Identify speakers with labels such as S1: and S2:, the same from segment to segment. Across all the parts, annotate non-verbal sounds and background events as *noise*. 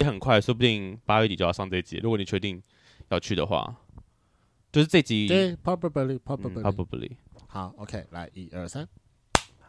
S1: 也很快，说不定八月底就要上这一集。如果你确定要去的话，就是这集、
S2: 对，probably
S1: 嗯
S2: probably、
S1: probably
S2: 好，OK，来一二三。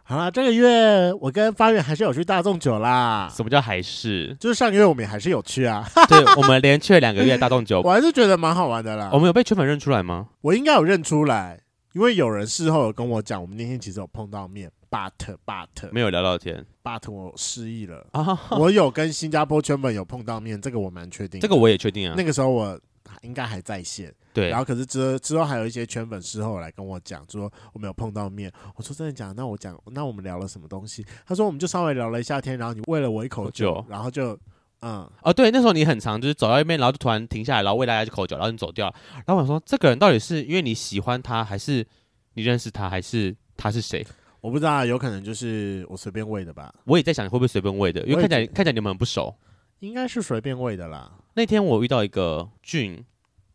S2: 好啦，这个月我跟发源还是有去大众酒啦，？
S1: 什么叫还是
S2: *laughs* 就是上个月我们也还是有去啊，
S1: 对，我们连去了两个月大 *laughs* 众酒，
S2: *laughs* 我还是觉得蛮好玩的啦。
S1: 我们有被圈粉认出来吗？
S2: 我应该有认出来，因为有人事后有跟我讲，我们那天其实有碰到面，but but
S1: 没有聊到天
S2: but 我失忆了，
S1: 啊，
S2: 我有跟新加坡圈粉有碰到面，这个我蛮确定
S1: 这
S2: 的。
S1: 个我也确定啊
S2: 那。个时候我应该还在线，
S1: 对
S2: 然，后可是之后之后还有一些圈粉事后来跟我讲说我们有碰到面，我说真的假的？那我讲那我们聊了什么东西？他说我们就稍微聊了一下天，然后你喂了我一口酒
S1: 酒，
S2: 然后就嗯，
S1: 哦，对，那时候你很长，就是走到一边，然后就突然停下来，然后喂大家一口酒，然后你走掉。然后我想说，这个人到底是因为你喜欢他，还是你认识他，还是他是谁？
S2: 我不知道，有可能就是我随便喂的吧，
S1: 我也在想你会不会随便喂的，因为
S2: 我也
S1: 看起来
S2: 觉得
S1: 看起来你们很不熟。
S2: 应该是随便喂的啦。
S1: 那天我遇到一个俊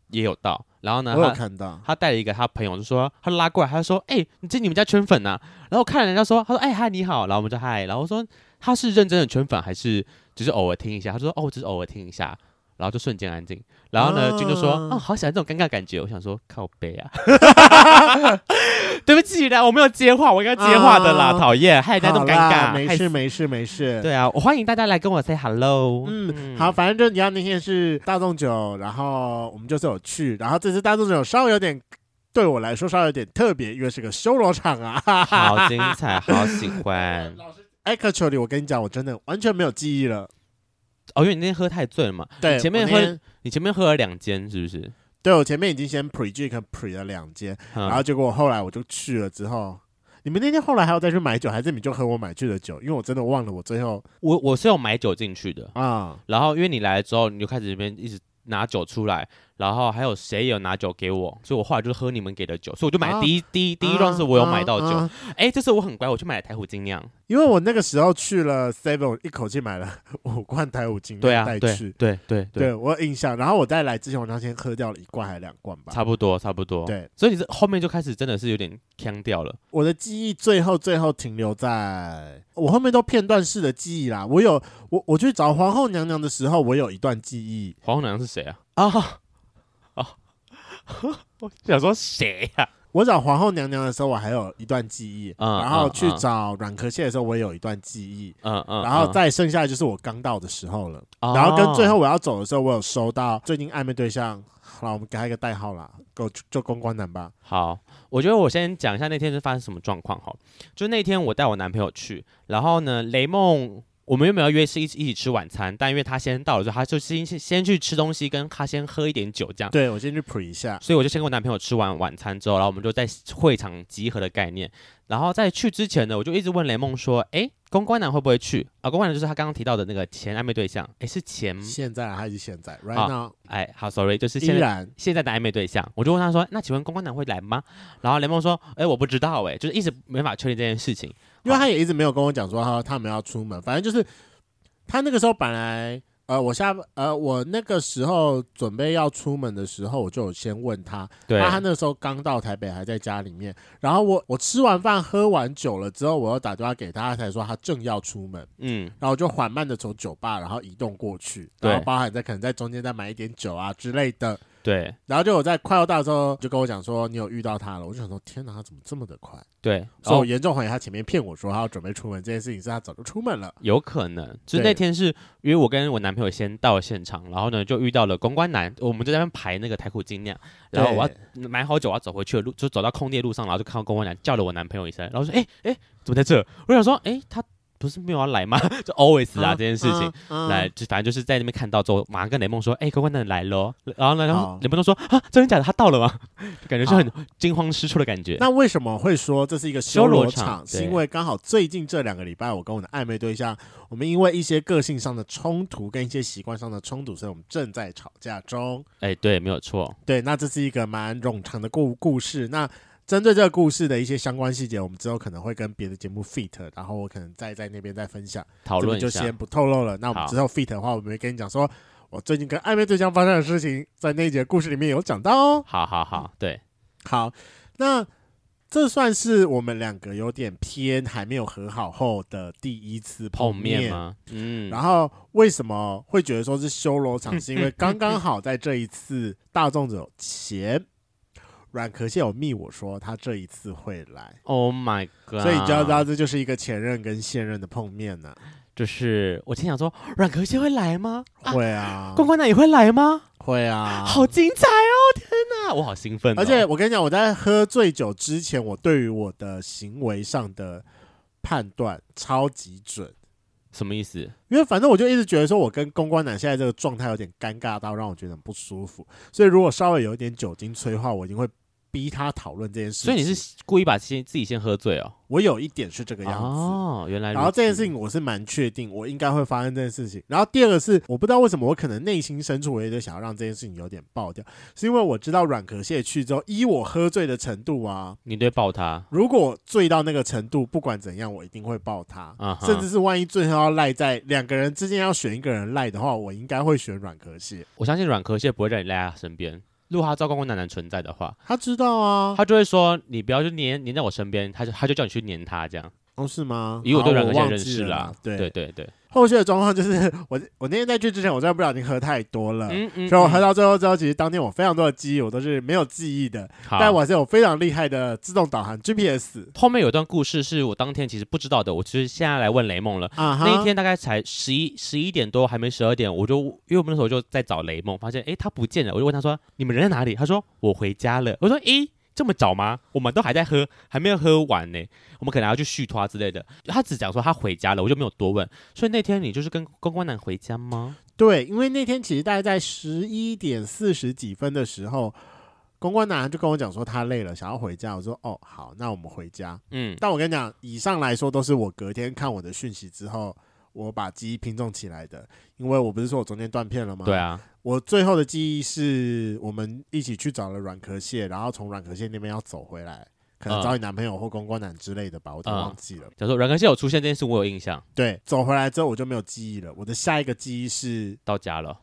S1: 也有到，然后呢，
S2: 我有
S1: 他
S2: 看到，
S1: 他带了一个他朋友，就说他拉过来，他就说：“哎、你这是你们家圈粉呐、然后我看了人家说，他说：“哎、嗨，你好。”然后我们就嗨，然后我说他是认真的圈粉还是只是偶尔听一下？他说：“哦，只是偶尔听一下。”然后就瞬间安静。然后呢，
S2: 啊
S1: 俊就说：“哦，好喜欢这种尴尬感觉。”我想说靠背啊， *laughs* 对不起啦，我没有接话，我应该接话的啦，
S2: 啊啊
S1: 讨厌，害大家这
S2: 好
S1: 么哎尴
S2: 啦
S1: 尬，
S2: 没
S1: 害
S2: 事
S1: 死。
S2: 没事没事。
S1: 对啊，我欢迎大家来跟我 say hello。
S2: 嗯，好，反正就你要那天是大众酒，然后我们就是有去，然后这次大众酒稍微有点对我来说稍微有点特别，因为是个修罗场啊。 *laughs*
S1: 好精彩，好喜欢。
S2: Actually，我跟你讲，我真的完全没有记忆了。
S1: 哦，因为你那天喝太醉了嘛，
S2: *laughs* 对，
S1: 前面
S2: 我
S1: 喝
S2: 那天
S1: 你前面喝了两间是不是？
S2: 对我前面已经先 pre drink pre 了两间，
S1: 嗯
S2: 然后结果我后来我就去了之后。你们那天后来还要再去买酒，还是你就喝我买去的酒？因为我真的忘了我最后
S1: 我我是有买酒进去的，
S2: 啊、
S1: 然后因为你来了之后，你就开始这边一直拿酒出来，然后还有谁有拿酒给我，所以我后来就是喝你们给的酒，所以我就买
S2: 啊
S1: 第一、第一第一
S2: 段
S1: round 是我有买到酒，哎、
S2: 啊
S1: 这次我很乖，我去买了台虎精酿，
S2: 因为我那个时候去了 Seven，一口气买了 *laughs* 五罐台五精
S1: 对啊，
S2: 带
S1: 对
S2: 去
S1: 对，对对
S2: 对我有印象。然后我在来之前，我那天喝掉了一罐还是两罐吧。
S1: 差不多差不多，，
S2: 对，
S1: 所以你这后面就开始真的是有点腔掉了，
S2: 我的记忆最后最后停留在我后面都片段式的记忆啦。我有我我去找皇后娘娘的时候，我有一段记忆，
S1: 黄红娘是谁啊？啊啊！ *laughs* 我想说谁呀、
S2: 我找皇后娘娘的时候，我还有一段记忆。
S1: 嗯
S2: 然后
S1: 嗯
S2: 去
S1: 嗯
S2: 找软壳蟹的时候，我也有一段记忆。
S1: 嗯嗯，
S2: 然后
S1: 嗯
S2: 再剩下就是我刚到的时候了。
S1: 哦
S2: 然后跟最后我要走的时候，我有收到最近暧昧对象，好了，我们给他一个代号啦，给我就就公关男吧。
S1: 好，我觉得我先讲一下那天是发生什么状况哈。就那天我带我男朋友去，然后呢，雷梦我们原本要约是一起一起吃晚餐，但因为他先到了之后，他就先先去吃东西，跟他先喝一点酒这样。
S2: 对我先去 pre 一下，
S1: 所以我就先跟我男朋友吃完晚餐之后，然后我们就在会场集合的概念。然后在去之前呢，我就一直问雷梦说：“诶，公关男会不会去？”啊，公关男就是他刚刚提到的那个前暧昧对象，诶，是前
S2: 现在啊还是现在
S1: 好
S2: ，right now，
S1: 哎，好，sorry，就是
S2: 依
S1: 现在
S2: 然
S1: 现在的暧昧对象，我就问他说：“那请问公关男会来吗？”然后雷梦说：“哎，我不知道，哎，就是一直没法确定这件事情。
S2: 因为他也一直没有跟我讲说他他们要出门，反正就是他那个时候本来呃，我下呃，我那个时候准备要出门的时候，我就有先问他，
S1: 对，
S2: 啊他他那时候刚到台北，还在家里面，然后我我吃完饭喝完酒了之后，我又打电话给他，他才说他正要出门，
S1: 嗯，
S2: 然后我就缓慢的从酒吧然后移动过去，
S1: 对
S2: 然后包含在可能在中间再买一点酒啊之类的。
S1: 对
S2: 然后就我在快要到的时候，就跟我讲说你有遇到他了，我就想说天哪，他怎么这么的快？
S1: 对，
S2: 所以我
S1: 哦，
S2: 严重怀疑他前面骗我说他要准备出门这件事情，是他早就出门了。
S1: 哦有可能，就是
S2: 对
S1: 那天是因为我跟我男朋友先到现场，然后呢就遇到了公关男，我们就在那边排那个台虎精酿，然后我要
S2: 对
S1: 买好酒，我要走回去的路，就走到空地的路上，然后就看到公关男叫了我男朋友一声，然后说：“哎哎，怎么在这？”我想说：“哎，他不是没有要来吗？” *laughs* 就 always 啦、这件事情。
S2: 嗯，嗯
S1: 来，就反正就是在那边看到之后，马上跟雷梦说：“哎、关关蛋来喽！”然后呢，然后
S2: 好
S1: 雷梦就说：“啊，真的假的？他到了吗？” *laughs* 就感觉是很惊慌失措的感觉。
S2: 那为什么会说这是一个修
S1: 修罗
S2: 罗
S1: 场
S2: 场？是
S1: 对
S2: 因为刚好最近这两个礼拜，我跟我的暧昧对象，我们因为一些个性上的冲突跟一些习惯上的冲突，所以我们正在吵架中。
S1: 哎、对，没有错。
S2: 对，那这是一个蛮冗长的故故事。那针对这个故事的一些相关细节，我们之后可能会跟别的节目 fit，然后我可能再在那边再分享，
S1: 讨
S2: 这
S1: 论
S2: 边
S1: 一
S2: 就
S1: 下
S2: 先不透露了。那我们
S1: 好
S2: 之后 fit 的话，我们会跟你讲说，我最近跟暧昧对象发生的事情，在那一节故事里面有讲到哦。
S1: 好好好，对，
S2: 好，那这算是我们两个有点偏还没有和好后的第一次
S1: 泡
S2: 碰
S1: 面？吗？嗯，
S2: 然后为什么会觉得说是修
S1: *laughs*
S2: 罗场？是因为刚刚好在这一次大众有钱，软壳蟹有密我说他这一次会来，
S1: Oh my god！
S2: 所以你就要知道这就是一个前任跟现任的碰面呢、
S1: 就是我今天想说，软壳蟹会来吗？啊，
S2: 会啊，
S1: 关关奶也会来吗？
S2: 会啊，
S1: 好精彩哦！天哪，我好兴奋哦、
S2: 而且我跟你讲，我在喝醉酒之前，我对于我的行为上的判断超级准，
S1: 什么意思？
S2: 因为反正我就一直觉得说，我跟公关男现在这个状态有点尴尬到让我觉得很不舒服，所以如果稍微有一点酒精催化，我一定会逼他讨论这件事情。
S1: 所以你是故意把先自己先喝醉哦？
S2: 我有一点是这个样子。
S1: 哦，原来如此。
S2: 然后这件事情我是蛮确定，我应该会发生这件事情。然后第二个是，我不知道为什么，我可能内心深处我也就想要让这件事情有点爆掉，是因为我知道软壳蟹去之后，依我喝醉的程度啊，
S1: 你对抱他，
S2: 如果醉到那个程度，不管怎样，我一定会抱他。
S1: 啊哈
S2: 甚至是万一最后要赖在两个人之间要选一个人赖的话，我应该会选软壳蟹。
S1: 我相信软壳蟹不会让你赖在他身边。如果他知道关关奶奶存在的话，
S2: 他知道啊，
S1: 他就会说你不要就黏黏在我身边，他就他就叫你去黏他这样。
S2: 哦是吗？
S1: 以我对
S2: 好
S1: 软壳蟹
S2: 忘
S1: 认
S2: 记
S1: 识
S2: 了
S1: 啦
S2: 啦，，对
S1: 对对对，
S2: 后续的状况就是，我 *laughs* 我那天在去之前，我真的不小心喝太多了。
S1: 嗯嗯
S2: 所以我喝到最后之后，其实当天我非常多的记忆我都是没有记忆的，
S1: 好。
S2: 但我还是有非常厉害的自动导航 GPS
S1: 后面有一段故事是我当天其实不知道的，我其实现在来问雷梦了。
S2: 啊哈。
S1: 那一天大概才十一十一点多，还没十二点，我就因为我们那时候就在找雷梦，发现诶他不见了，我就问他说你们人在哪里？他说我回家了。我说诶这么早吗？我们都还在喝，还没有喝完呢，我们可能还要去续拖之类的。他只讲说他回家了，我就没有多问。所以那天你就是跟公关男回家吗？
S2: 对，因为那天其实大概在十一点四十几分的时候，公关男就跟我讲说他累了，想要回家。我说哦，好，那我们回家。
S1: 嗯，
S2: 但我跟你讲，以上来说都是我隔天看我的讯息之后，我把记忆拼凑起来的。因为我不是说我中间断片了吗？
S1: 对，啊，
S2: 我最后的记忆是我们一起去找了软壳蟹，然后从软壳蟹那边要走回来，可能
S1: 嗯
S2: 找你男朋友或公关男之类的吧，我
S1: 嗯
S2: 都忘记了。
S1: 假如说阮根蟹有出现这件事，我有印象，
S2: 对，走回来之后我就没有记忆了。我的下一个记忆是
S1: 到家了，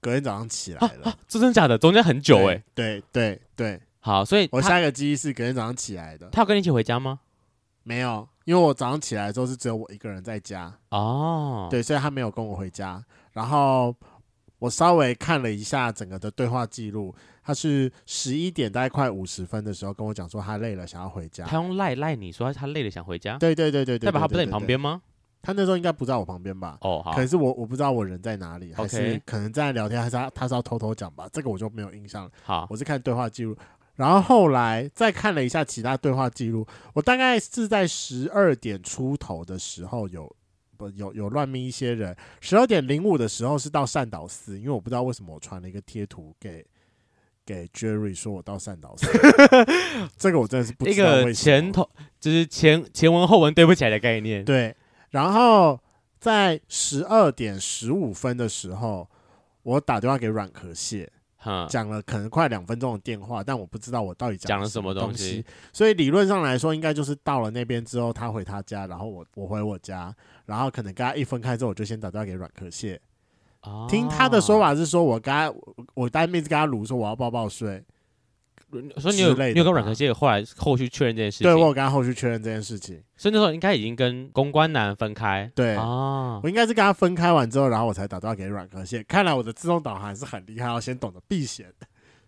S2: 隔天早上起来了。
S1: 这真的假的？中间很 *laughs* 久诶。
S2: 对对对，
S1: 好，所以
S2: 我
S1: 他
S2: 下一个记忆是隔天早上起来的，
S1: 他有跟你一起回家吗？
S2: 没有，因为我早上起来的时候是只有我一个人在家，
S1: 哦，
S2: 对，所以他没有跟我回家。然后我稍微看了一下整个的对话记录，他是十一点大概快五十分的时候跟我讲说他累了，想要回家。
S1: 他用赖赖你说他累了想回家，
S2: 啊对对对对对，
S1: 代表他
S2: 对
S1: 不在你旁，
S2: 对对
S1: 边吗？
S2: 对他那时候应该不在我旁边吧？
S1: 哦，好
S2: 可，能是我我不知道我人在哪里，还是
S1: OK
S2: 可能在聊天，还是他他是要偷偷讲吧？这个我就没有印象了。
S1: 好，
S2: 我是看对话记录，然后后来再看了一下其他对话记录，我大概是在十二点出头的时候有。不有有乱命一些人，十二点零五的时候是到善导寺，因为我不知道为什么我传了一个贴图给给 Jerry 说我到
S1: *laughs*
S2: 善导寺，这个我真的是不
S1: 一
S2: 知道为什
S1: 个
S2: 么
S1: 前头就是前前文后文对不起来的概念。
S2: 对，然后在十二点十五分的时候，我打电话给软壳蟹，
S1: 哈，
S2: 讲了可能快两分钟的电话，但我不知道我到底
S1: 啊讲
S2: 了
S1: 了什么
S2: 东
S1: 东西。
S2: 所以理论上来说，应该就是到了那边之后，他回他家，然后我我回我家，然后可能跟他一分开之后，我就先打电话给阮壳蟹。
S1: 哦
S2: 听他的说，法是说，我跟他我我当面一直跟他撸说我要抱抱睡，
S1: 哦所以你有
S2: 之类的吧
S1: 你有跟阮壳蟹后来后续确认这件事情，
S2: 对我有跟他后续确认这件事情。
S1: 所以那时候应该已经跟公关男分开。
S2: 对，
S1: 啊
S2: 我，应该是跟他分开完之后，然后我才打电话给阮壳蟹。看来我的自动导航还是很厉害，要先懂得
S1: *laughs*
S2: 避嫌。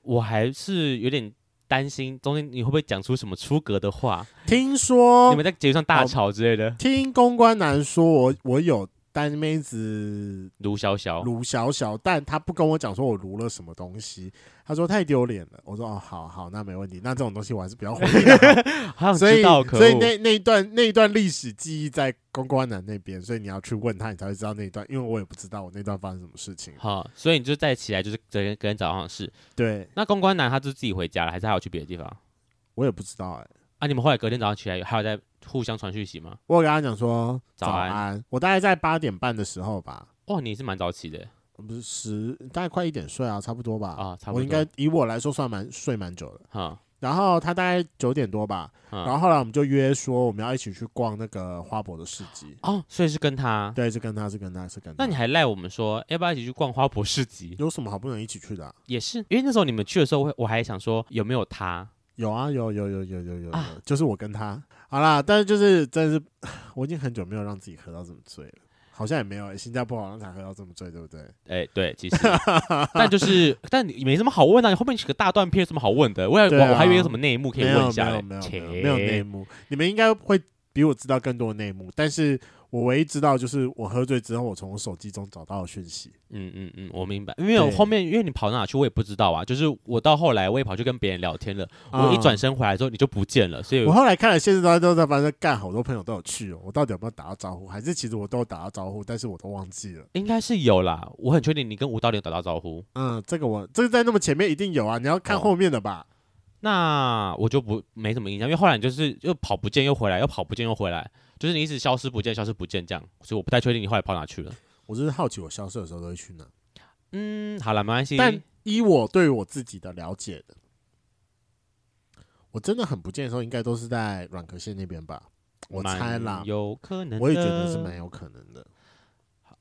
S1: 我还是有点担心中间你会不会讲出什么出格的话，
S2: 听说
S1: 你们在节目上大吵之类的。
S2: 听公关男说我我有单妹子
S1: 卢小小，
S2: 卢小小，但他不跟我讲说我卢了什么东西，他说太丢脸了。我说哦，好好，那没问题。那这种东西我还是不要回
S1: *laughs*
S2: 应的
S1: 好
S2: 好。
S1: 想
S2: 所以
S1: 知道，可恶
S2: 所以那那一段那一段历史记忆在公关男那边，所以你要去问他，你才会知道那一段，因为我也不知道我那段发生什么事情。
S1: 好，所以你就再起来就是隔天隔天早上的事。
S2: 对
S1: 那公关男他就自己回家了，还是还有去别的地方？
S2: 我也不知道哎、
S1: 啊，你们后来隔天早上起来还有在互相传讯息吗？
S2: 我有跟他讲说
S1: 早安
S2: 我大概在八点半的时候吧，
S1: 哇，你也是蛮早起的
S2: 不是十，大概快一点睡啊，差不多吧。
S1: 啊，差不多。
S2: 我应该以我来说算蛮睡蛮久的。
S1: 哈，
S2: 然后他大概九点多吧，
S1: 嗯
S2: 然后后来我们就约说我们要一起去逛那个花博的市集。
S1: 哦，所以是跟他。
S2: 对，是跟他是跟他是跟他。
S1: 那你还赖我们说要不要一起去逛花博市集？
S2: 有什么好不能一起去的啊、
S1: 也是，因为那时候你们去的时候，我我还想说有没有他，
S2: 有啊，有有有有有有
S1: 啊
S2: 有，就是我跟他好啦，但是就是真的是， *laughs* 我已经很久没有让自己喝到这么醉了，好像也没有、欸，新加坡好像才喝到这么醉，对不对？
S1: 哎、对，其实，
S2: *laughs*
S1: 但就是，但你没什么好问啊，你后面几个大断片有什么好问的？我还
S2: 对啊
S1: 我我还以为有什么内幕可以
S2: 没有
S1: 问一下嘞，
S2: 没有没
S1: 切
S2: 有没有没有内幕，你们应该会比我知道更多的内幕，但是我唯一知道就是我喝醉之后，我从我手机中找到的讯息。
S1: 嗯嗯嗯，我明白，因为我
S2: 对
S1: 后面因为你跑哪去我也不知道啊，就是我到后来我也跑去跟别人聊天了，我一
S2: 嗯
S1: 转身回来之后你就不见了，所以
S2: 我后来看了现实当中，才发现干好多朋友都有去哦。我到底有没有打到招呼？还是其实我都有打到招呼，但是我都忘记了。
S1: 应该是有啦，我很确定你跟吴导演打到招呼，
S2: 嗯，这个我这个在那么前面一定有啊，你要看
S1: 哦
S2: 后面的吧。
S1: 那我就不没什么印象，因为后来你就是又跑不见又回来，又跑不见又回来，就是你一直消失不见消失不见这样，所以我不太确定你后来跑哪去了。
S2: 我就是好奇，我消失的时候都会去哪。
S1: 嗯，好了，没关系，
S2: 但依我对我自己的了解的，我真的很不见的时候，应该都是在软壳蟹那边吧？我
S1: 蛮
S2: 猜啦，
S1: 有可能，
S2: 我也觉得是蛮。有可能的。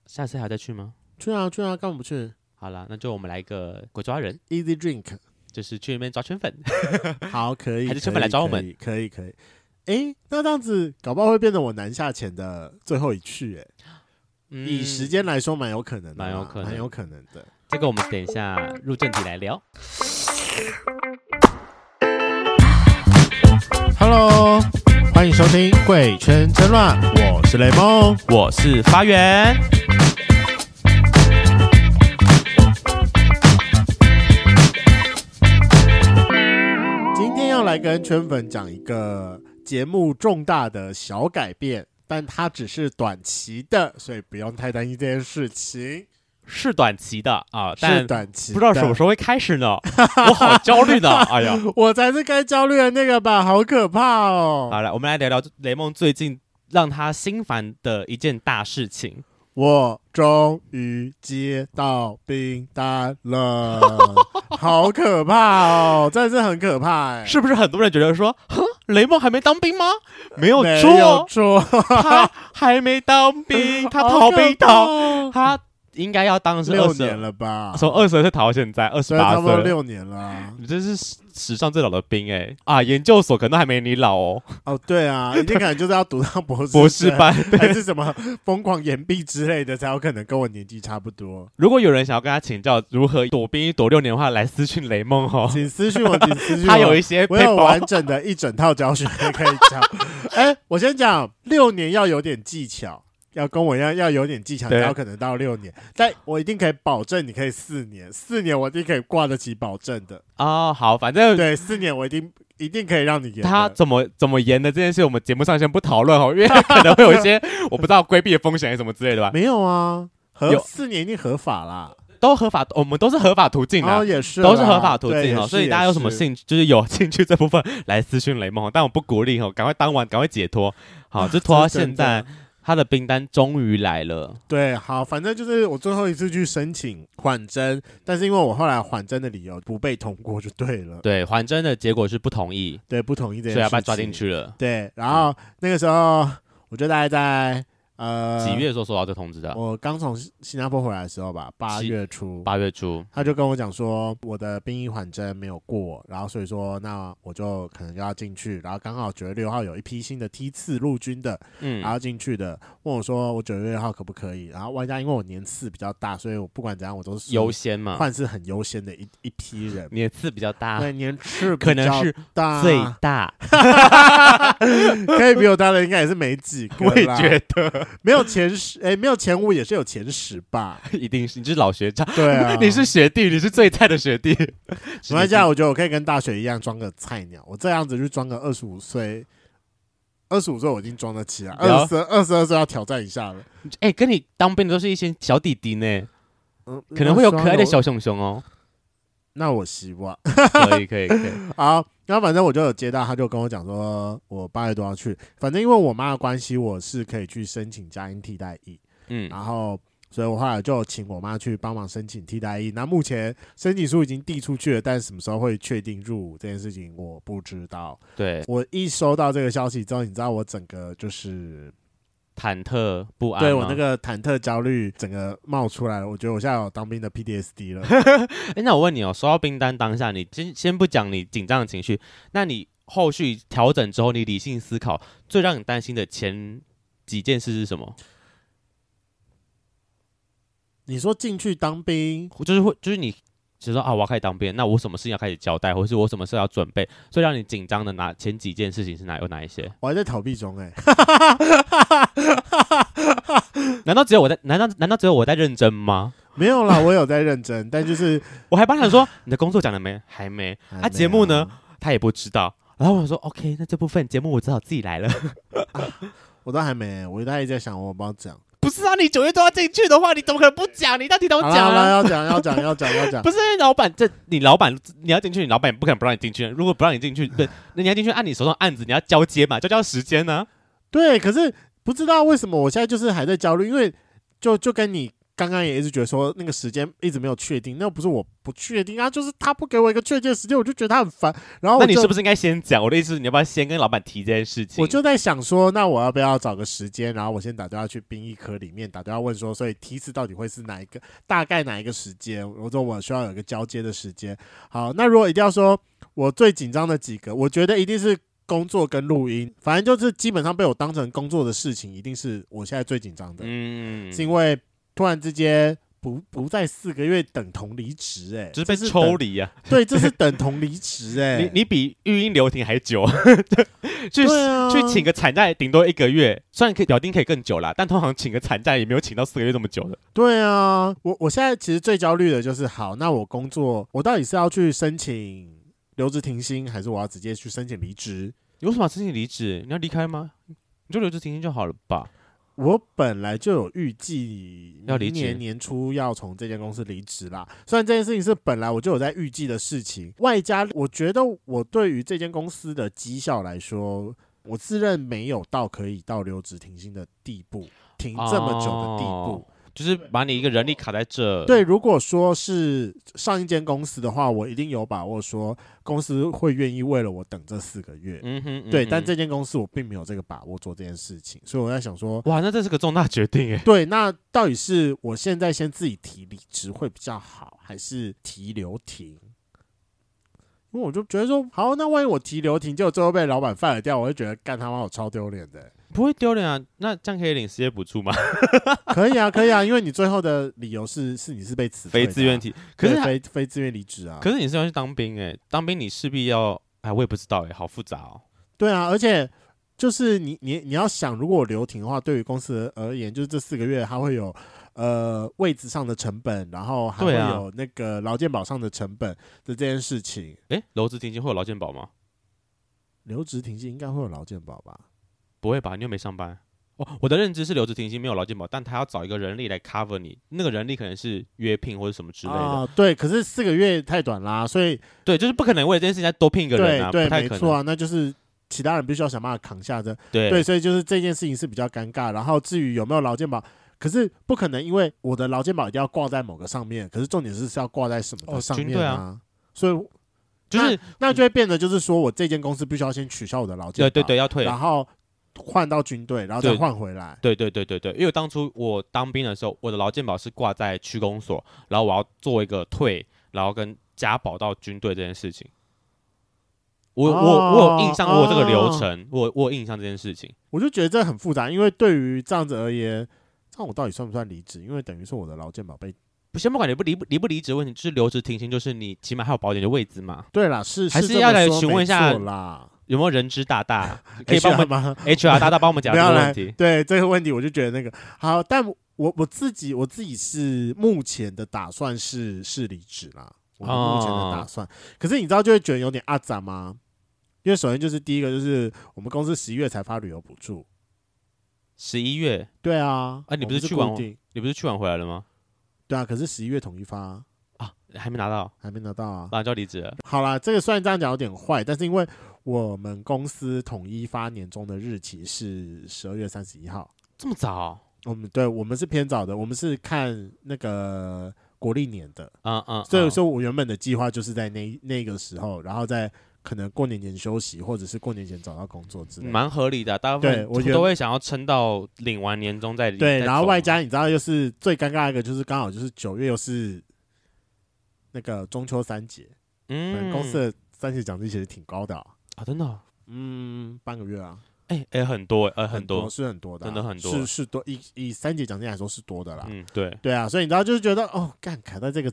S1: 下次还要再去吗？
S2: 去啊去啊，干嘛不去
S1: 好啦，那就我们来一个鬼抓人，
S2: ？Easy drink，
S1: 就是去那边抓圈粉。 *laughs*
S2: 好，可以，
S1: 还是
S2: 可以
S1: 春粉来找我们，
S2: 可以可以可以。诶，那这样子，搞不好会变成我南下前的最后一去、诶，
S1: 嗯
S2: 以时，间来说，蛮有可能的啦，
S1: 蛮有可能
S2: 蛮有可能的。
S1: 这个我们等一下入正题来聊。
S2: Hello，欢迎收听《贵圈争乱》，我是雷梦。
S1: 我是发源，
S2: 今天要来跟圈粉讲一个节目重大的小改变，但它只是短期的，所以不用太担心这件事情。
S1: 是短期的啊，
S2: 是
S1: 但
S2: 短期，
S1: 不知道什么时候会开始呢，我好焦虑呢。哎呀，
S2: 候，我才是该焦虑的那个吧，好可怕哦！
S1: 好了，我们来聊聊雷梦最近让他心烦的一件大事情。
S2: 我终于接到订单
S1: *laughs*
S2: 了，好可怕哦，真的是很可怕哎、
S1: 是不是很多人觉得说，哼，雷梦还没当
S2: *laughs*
S1: 兵吗？没有
S2: 没有
S1: 错，
S2: 错，
S1: 他还没当兵，他逃
S2: 好可
S1: 兵
S2: 怕
S1: 逃，
S2: 哦
S1: 他应该要当是
S2: 六
S1: 二
S2: 年
S1: 十，
S2: 了吧？
S1: 从二十岁逃到现在二十
S2: 对，差
S1: 八
S2: 不多
S1: 岁了，
S2: 六年了啊。
S1: 你这是史史上最老的兵哎、啊！研究所可能还没你老哦，
S2: 哦，对
S1: *laughs*
S2: 啊，一定可能就是要读到博士
S1: 博士班。
S2: 还是什么疯狂岩壁之类的，才有可能跟我年纪差不多。
S1: *laughs* 如果有人想要跟他请教如何躲兵躲六年的话，来私讯雷梦哦，
S2: 请私信我，请私信
S1: 他有
S2: 我
S1: 一。些 *laughs*
S2: 我
S1: 配
S2: 有
S1: 包
S2: 完。整的一整套教学可以教。 *laughs* 哎、我先讲，六年要有点技巧，要跟我一样要有点技巧，才
S1: 对
S2: 有可能到六年。但我一定可以保证，你可以四年，四年我一定可以挂得起保证
S1: *laughs*
S2: 的。
S1: 哦，好，反正
S2: 对，四年我一定一定可以让你演的。
S1: 他怎么怎么严的这件事，我们节目上先不讨论哦，因为可能会有一
S2: *laughs*
S1: 些我不知道规避的风险还是什么之类的吧，
S2: 没有啊，合
S1: 有
S2: 四年一定合法啦。
S1: 都合法，我们都是合法途径
S2: 然
S1: 啊
S2: 后。也哦是啦
S1: 都是合法途
S2: 对
S1: 径
S2: 也
S1: 哦，
S2: 是
S1: 所以大家有什么
S2: 也是
S1: 兴趣，就是有兴趣这部分来私讯雷梦哦，但我不鼓励哦，赶快当晚赶快解脱，好，就拖到
S2: 啊真的哦
S1: 现在，他的冰单终于来了，
S2: 对，好，反正就是我最后一次去申请缓征，但是因为我后来缓征的理由不被通过就对了，
S1: 对，还真的结果是不同意，
S2: 对，不同意这
S1: 所以
S2: 件事
S1: 要
S2: 情，
S1: 被抓进。去了。
S2: 对，然后那个时候我就大概在呃
S1: 几，月的时候收到这通知的？
S2: 我刚从新新加坡回来的时候吧，八
S1: 几
S2: 月初，
S1: 八月初。
S2: 他就跟我讲说我的兵役缓征没有过，然后所以说那我就可能就要进去，然后刚好九月六号有一批新的梯次陆军的，
S1: 嗯
S2: 然，后进去的，问我说我九月六号可不可以？然后外加因为我年次比较大，所以我不管怎样我都是
S1: 优先啊嘛，
S2: 换是很优先的一一批人，
S1: 你的字比较大，
S2: 对年次比
S1: 啊可能
S2: 较
S1: 是
S2: 大，
S1: 最大。
S2: 可以比我大的应该也是没几个啦，
S1: *laughs* 我也觉得
S2: 没有前
S1: *laughs*
S2: 十，哎，没有前五也是有前十吧？
S1: 一定是你是老学长，，
S2: 对啊
S1: 你是学弟，你是最菜的学弟。
S2: 没关系啊，我觉得我可以跟大学一样装个菜鸟，我这样子去装个二十五岁。二十五岁我已经装得起了，
S1: 了
S2: 二十二十二岁要挑战一下了，
S1: *laughs* 哎，跟你当兵的都是一些小弟弟呢，
S2: 嗯，
S1: 可能会有可爱的
S2: 那我，
S1: 小熊熊哦。
S2: 那我希望。 *laughs*
S1: 可以，可以，可以。
S2: 好，然后反正我就有接到，他就跟我讲说，我八月多要去。反正因为我妈的关系，我是可以去申请家庭替代役，
S1: 嗯，
S2: 然后所以我后来就请我妈去帮忙申请替代役。那目前申请书已经递出去了，但什么时候会确定入伍这件事情，我不知道。
S1: 对，
S2: 我一收到这个消息之后，你知道我整个就是
S1: 忐忑不安吗。哦
S2: 对我那个忐忑焦虑整个冒出来了，我觉得我现在有当兵的
S1: *laughs*
S2: PTSD 了。
S1: 诶，那我问你哦，收到兵单当下，你先先不讲你紧张的情绪，那你后续调整之后，你理性思考，最让你担心的前几件事是什么？
S2: 你说进去当兵，
S1: 就是会，就是你，就说啊，我要开始当兵，那我什么事情要开始交代，或是我什么事要准备，最让你紧张的哪前几件事情是哪有哪一些？
S2: 我还在逃避中哎、
S1: 难道只有我在？难道难道只有我在认真吗？
S2: 没有啦，我有在认真，但就是
S1: 我还帮他 *laughs* 说你的工作讲了没？还没，啊节目
S2: 哎
S1: 呢？他也不知道。然后我想说 OK，那这部分节目我只好自己来了。
S2: 我都还没，我大概在想我帮讲。
S1: *laughs* 不是啊，你九月都要进去的话，你怎么可能不讲？你一定要
S2: 好啦
S1: 讲
S2: 好啦
S1: 啊！
S2: 要讲要讲要讲要讲
S1: 不，是老板，这你老板你要进去，你老板也不可能不让你进去。如果不让你进 *laughs* 去，对，那你要进去按你手上案子，你要交接嘛，交交时间呢、
S2: 对，可是不知道为什么我现在就是还在焦虑，因为就就跟你刚刚也一直觉得说那个时间一直没有确定，那不是我不确定啊，就是他不给我一个确切的时间，我就觉得他很烦。然后
S1: 那
S2: 我
S1: 你
S2: 就是
S1: 不是应该先讲？我的意思是，你要不要先跟老板提这件事情？
S2: 我就在想说，那我要不要找个时间，然后我先打电话去兵役科里面打电话问说，所以梯次到底会是哪一个，大概哪一个时间？我说我需要有一个交接的时间。好，那如果一定要说我最紧张的几个，我觉得一定是工作跟录音，反正就是基本上被我当成工作的事情，一定是我现在最紧张的，
S1: 嗯，
S2: 是因为突然之间。不不在四个月等同离职哎，
S1: 就是被
S2: 这
S1: 抽
S2: 等
S1: 离啊！
S2: 对，这是等同离职哎、
S1: *laughs* 你你比育婴留停还久， *laughs* 去、
S2: 对啊
S1: 去请个产假也顶多一个月，虽然可以表定可以更久啦，但通常请个产假也没有请到四个月这么久的。
S2: 对啊，我我现在其实最焦虑的就是，好，那我工作，我到底是要去申请留职停薪，还是我要直接去申请离职？
S1: 你为什么要申请离职？你要离开吗？你就留职停薪就好了吧。
S2: 我本来就有预计
S1: 要离
S2: 明
S1: 职
S2: 年年初要从这间公司离职啦。虽然这件事情是本来我就有在预计的事情，外加我觉得我对于这间公司的绩效来说，我自认没有到可以到留职停薪的地步，停这么久的地
S1: 哦
S2: 步。
S1: 就是把你一个人力卡在这。
S2: 对，如果说是上一间公司的话，我一定有把握说公司会愿意为了我等这四个月。
S1: 嗯哼，嗯哼
S2: 对，但这间公司我并没有这个把握做这件事情，所以我在想说，
S1: 哇，那这是个重大决定哎。
S2: 对，那到底是我现在先自己提离职会比较好，还是提留停？因为我就觉得说，好，那万一我提留停，结果最后被老板 fire 掉，我会觉得干他妈我超丢脸的、
S1: *laughs*
S2: 欸
S1: 不会丢脸啊？那这样可以领失业补助吗？
S2: 可以啊，可以啊，因为你最后的理由是是你是被辞退
S1: *laughs* 非
S2: 的啊
S1: 自愿，体，可
S2: 对
S1: 是他
S2: 非非自愿离职啊。
S1: 可是你是要去当兵哎，当兵你势必要，哎，我也不知道哎，好复杂哦。
S2: 对啊，而且就是你你你要想，如果我留停的话，对于公司而言，就是这四个月它会有呃位置上的成本，然后还会
S1: 对啊
S2: 有那个劳健保上的成本的这件事情。
S1: 哎，楼子停薪会有劳健保吗？
S2: 留职停薪应该会有劳健保吧？
S1: 不会吧？你又没上班。哦，我的认知是留职停薪没有劳健保，但他要找一个人力来 cover 你，那个人力可能是约聘或者什么之类的。
S2: 啊，对，可是四个月太短啦，所以
S1: 对，就是不可能为了这件事情再多聘一个人啊，
S2: 对对，
S1: 不太
S2: 没
S1: 可
S2: 错
S1: 能。
S2: 啊，那就是。其他人必须要想办法扛下这，
S1: 对
S2: 对，所以就是这件事情是比较尴尬。然后至于有没有劳健保，可是不可能，因为我的劳健保一定要挂在某个上面，可是重点是是要挂在什么的
S1: 哦
S2: 上
S1: 军
S2: 面
S1: 队啊
S2: 啊？所以
S1: 就是
S2: 那就会变得就是说我这间公司必须要先取消我的劳健
S1: 对
S2: 保，
S1: 对对，要退。
S2: 然后换到军队，然后再
S1: 对
S2: 换回来。
S1: 对对对对对，因为当初我当兵的时候，我的劳健保是挂在区公所，然后我要做一个退，然后跟加保到军队这件事情。我、我我有印象，
S2: 哦
S1: 我有这个流程，我我有印象这件事情。
S2: 我就觉得这很复杂，因为对于这样子而言，这样我到底算不算离职？因为等于说我的劳健保被
S1: 不，先不管你不离不离不离职的问题，就是留职停薪，就是你起码还有保险的位置嘛，
S2: 对啦，是
S1: 还是
S2: 是这么
S1: 要来
S2: 说
S1: 询问一下
S2: 没错啦，
S1: 有没有人知大
S2: *laughs*
S1: 大可以帮我
S2: HR
S1: 们
S2: 吗？
S1: HR 大大帮我们讲
S2: 不
S1: 这
S2: 要
S1: 个
S2: 来
S1: 问题。
S2: 对这个问题，我就觉得那个好，但我我自己我自己是目前的打算是是离职啦，我目前
S1: 哦
S2: 的打算。可是你知道就会觉得有点阿杂吗？因为首先就是第一个就是我们公司十一月才发旅游补助，
S1: 十一月，
S2: 对啊，
S1: 啊你
S2: 我
S1: 不
S2: 们
S1: 是
S2: 是
S1: 去完
S2: 固定
S1: 你不是去完回来了吗？
S2: 对啊，可是十一月统一发
S1: 啊，还没拿到，
S2: 还没拿到啊。
S1: 然后就要离职了。
S2: 好啦，这个虽然这样讲有点坏，但是因为我们公司统一发年终的日期是十二月三十一号。
S1: 这么早？
S2: 我们对我们是偏早的，我们是看那个国历年的，
S1: 嗯嗯，
S2: 所以
S1: 嗯
S2: 说我原本的计划就是在那那个时候，然后再可能过年前休息，或者是过年前找到工作之类的。
S1: 蛮合理的啊、大部
S2: 对
S1: 分
S2: 我觉得
S1: 都会想要撑到领完年终再离
S2: 对，
S1: 再
S2: 然后
S1: 走
S2: 外
S1: 嘛
S2: 加你知道，又是最尴尬的一个，就是刚好就是九月又是那个中秋三节，
S1: 嗯
S2: 嗯，公司的三节奖金其实挺高的啊、
S1: 啊，真的哦、
S2: 嗯，半个月啊，
S1: 哎、哎、很多呃很
S2: 多
S1: 多，
S2: 是很多的啊、
S1: 真的很多
S2: 是是多，以以三节奖金来说是多的啦。
S1: 嗯对，
S2: 对啊，所以你知道就是觉得哦，干卡在这个，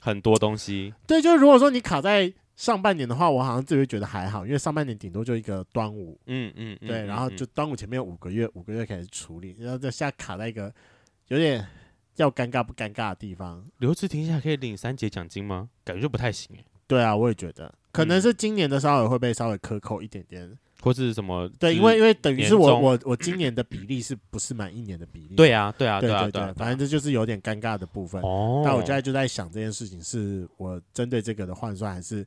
S1: 很多东西，
S2: 对，就是如果说你卡在上半年的话，我好像自己会觉得还好，因为上半年顶多就一个端午，
S1: 嗯嗯嗯，
S2: 对，
S1: 嗯
S2: 然后
S1: 嗯
S2: 就端午前面有五个月，五个月开始处理，然后这现在卡在一个有点要尴尬不尴尬的地方。
S1: 留职停下来可以领三节奖金吗？感觉就不太行哎，
S2: 对啊，我也觉得，可能
S1: 嗯
S2: 是今年的稍微会被稍微克扣一点点。
S1: 或是什么？
S2: 对，
S1: 就
S2: 因
S1: 是
S2: 为因为等于
S1: 年
S2: 是我
S1: 终
S2: 我我今年的比例是不是满一年的比例？
S1: 对啊对啊
S2: 对
S1: 啊
S2: 对
S1: 对啊，
S2: 反正这就是有点尴尬的部分。
S1: 哦，
S2: 那我现在就在想这件事情，是我针对这个的换算，还是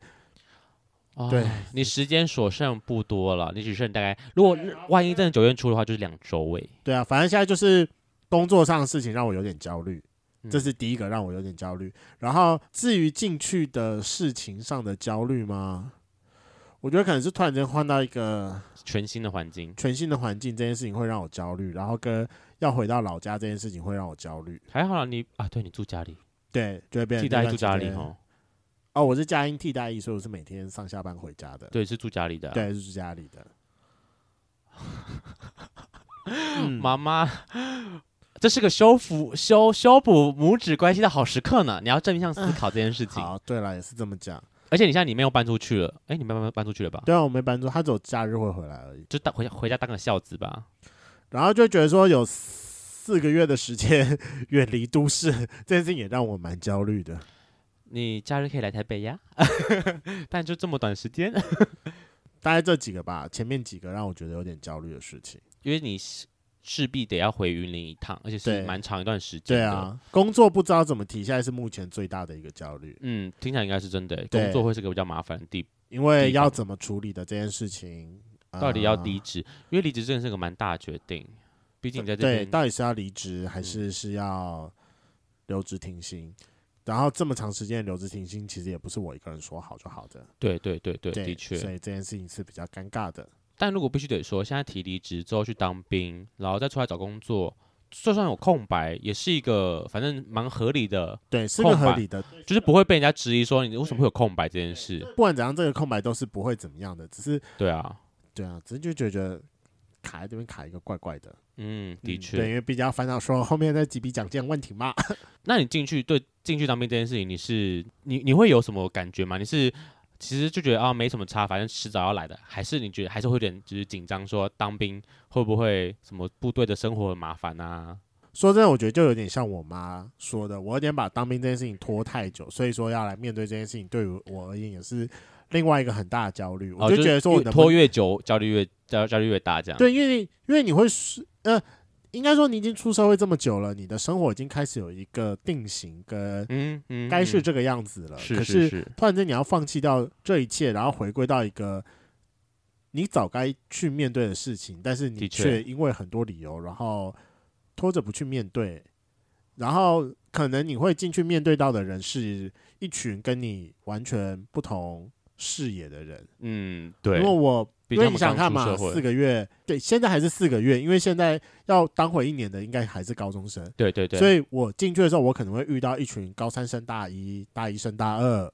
S1: 哦
S2: 对
S1: 你时间所剩不多了，你只剩大概，如果万一真的九月初的话，就是两周诶。
S2: 对啊，反正现在就是工作上的事情让我有点焦虑，
S1: 嗯
S2: 这是第一个让我有点焦虑。然后至于进去的事情上的焦虑吗？我觉得可能是突然间换到一个
S1: 全新的环境，
S2: 全新的环境，这件事情会让我焦虑，然后跟要回到老家这件事情会让我焦虑，
S1: 还好啦，你啊，对你住家里，
S2: 对，就会变
S1: 替
S2: 成
S1: 代
S2: 那段
S1: 住家
S2: 时
S1: 里
S2: 间
S1: 哦，
S2: 哦，我是家音替代役，所以我是每天上下班回家的，
S1: 对，是住家里的啊。
S2: 对，是住家里的。嗯
S1: 妈妈，这是个修复修修补母子关系的好时刻呢。你要正向思考这件事情。
S2: 好，对了，也是这么讲。
S1: 而且你现在你没有搬出去了，哎，你慢慢搬出去了吧？
S2: 对啊，我没搬出，他只有假日会回来而已。
S1: 就当回家回家当个孝子吧。
S2: 然后就觉得说有四个月的时间远离都市， *laughs* 这件事情也让我蛮焦虑的。
S1: 你假日可以来台北呀， *laughs* 但就这么短时间，
S2: 大概这几个吧，前面几个让我觉得有点焦虑的事情。
S1: 因为你势势必得要回云林一趟，而且是
S2: 对
S1: 蛮长一段时间。
S2: 对，啊，工作不知道怎么提，现在是目前最大的一个焦虑，
S1: 嗯，听起来应该是真的，
S2: 对
S1: 工作会是个比较麻烦的地，
S2: 因为要怎么处理的这件事情，呃
S1: 到底要离职，因为离职真的是个蛮大的决定，毕竟你在这
S2: 对，
S1: 边嗯
S2: 到底是要离职还是是要留职停薪？然后这么长时间的留职停薪，其实也不是我一个人说好就好的，
S1: 对对对对，
S2: 对，
S1: 的确，
S2: 所以这件事情是比较尴尬的。
S1: 但如果必须得说，现在提离职之后去当兵，然后再出来找工作，就算有空白，也是一个反正蛮合理的，
S2: 对，是个
S1: 空白
S2: 合理的
S1: 就是不会被人家质疑说你为什么会有空白这件事。
S2: 不管怎样，这个空白都是不会怎么样的，只是
S1: 对啊，
S2: 对啊，只是就觉得卡在这边卡一个怪怪的。
S1: 嗯，的
S2: 嗯
S1: 确。
S2: 对，因为毕竟要烦恼说后面那几笔奖金问题嘛。
S1: 那你进去对进去当兵这件事情，你是你你会有什么感觉吗？你是其实就觉得啊没什么差，反正迟早要来的，还是你觉得还是会有点就是紧张，说当兵会不会什么部队的生活很麻烦啊？
S2: 说真的，我觉得就有点像我妈说的，我有点把当兵这件事情拖太久，所以说要来面对这件事情，对于我而言也是另外一个很大的焦虑。我
S1: 哦
S2: 就是觉得说我
S1: 越
S2: 能不
S1: 拖
S2: 能
S1: 越久，焦虑越焦焦虑越大，这样。
S2: 对，因为因为你会是呃，应该说你已经出社会这么久了，你的生活已经开始有一个定型跟
S1: 嗯，嗯嗯，
S2: 该是这个样子了。
S1: 是
S2: 可
S1: 是是。
S2: 突然间你要放弃掉这一切，然后回归到一个你早该去面对的事情，但是你
S1: 的确
S2: 却因为很多理由，然后拖着不去面对，然后可能你会进去面对到的人是一群跟你完全不同视野的人。
S1: 嗯，对
S2: 因为，我
S1: 毕
S2: 因
S1: 竟他
S2: 为你
S1: 们
S2: 想看
S1: 刚出
S2: 嘛，
S1: 社会
S2: 四，个月，对，现在还是四个月，因为现在要当回一年的应该还是高中生，
S1: 对对对，
S2: 所
S1: 以
S2: 以我进去的时候，我可能会遇到一群高三升大一、大一升大二，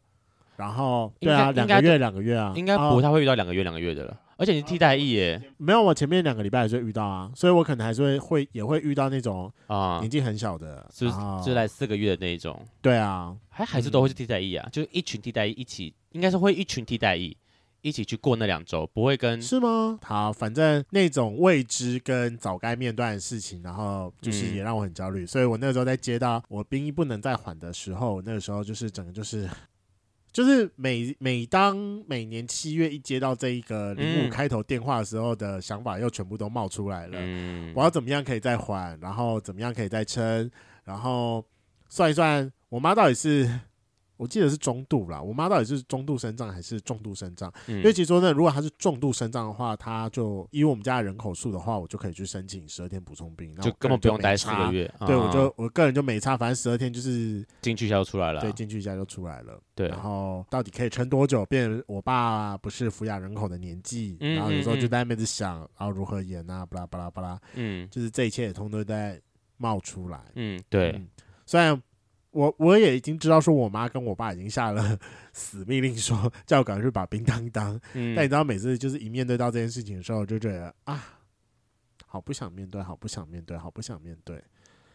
S2: 然后
S1: 应
S2: 对
S1: 该
S2: 啊，两
S1: 应该
S2: 个月两个月啊，
S1: 应该
S2: 啊
S1: 不太会遇到两个月两个月的了。而且你替代役耶
S2: 没有，我前面两个礼拜还是会遇到啊，所以我可能还是会会也会遇到那种
S1: 啊
S2: 年，纪很小的，
S1: 是
S2: 然后
S1: 是来四个月的那一种，
S2: 对啊，
S1: 还还是都会是替代役啊，就是一群替代役一起，应该是会一群替代役一起去过那两周，不会跟
S2: 是吗？嗯好，反正那种未知跟早该面对的事情，然后就是
S1: 嗯
S2: 也让我很焦虑，所以我那时候在接到我兵役不能再缓的时候，那个时候就是整个就是。 *laughs* 就是每每当每年七月一接到这一个零
S1: 嗯
S2: 五开头电话的时候的想法，又全部都冒出来了。
S1: 嗯
S2: 我要怎么样可以再缓，然后怎么样可以再撑，然后算一算我妈到底是我记得是中度啦。我妈到底是中度生障还是重度生障？
S1: 嗯
S2: 因为其实说呢，如果她是重度生障的话，她就以我们家的人口数的话，我就可以去申请十二天补充兵，那我
S1: 就根本不用待四个
S2: 月。
S1: 月，
S2: 对，我
S1: 嗯
S2: 就我个人就没差，反正十二天就是
S1: 进去一下就出来了
S2: 对，进去一下就出来了。
S1: 啊对
S2: 然后到底可以撑多久？变成我爸不是抚养人口的年纪，
S1: 嗯
S2: 然后有时候
S1: 嗯
S2: 就
S1: 嗯
S2: 在那边子想，然后如何演啊，巴拉巴拉巴拉，
S1: 嗯
S2: 就是这一切也通通都在冒出来。
S1: 嗯，对，
S2: 嗯虽然我我也已经知道，说我妈跟我爸已经下了 *laughs* 死命令说，叫我赶快去把兵当当，
S1: 嗯
S2: 但你知道，每次就是一面对到这件事情的时候，我就觉得啊，好不想面对，好不想面对，好不想面对。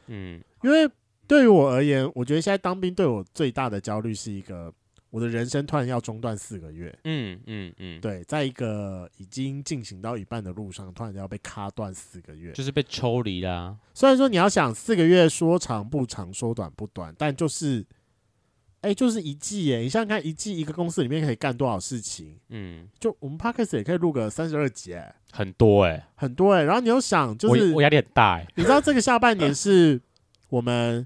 S1: 嗯
S2: 因为对于我而言，我觉得现在当兵对我最大的焦虑是一个，我的人生突然要中断四个月。
S1: 嗯嗯嗯，
S2: 对，在一个已经进行到一半的路上，突然要被卡断四个月。
S1: 就是被抽离啦，
S2: 虽然说你要想四个月说长不长，说短不短，但就是，哎、就是一季耶！你想想看，一季一个公司里面可以干多少事情？
S1: 嗯，
S2: 就我们 podcast 也可以录个三十二集耶，
S1: 很多哎，
S2: 很多哎。然后你又想，就
S1: 我
S2: 是
S1: 我压力很大哎，
S2: 你知道这个下半年是我们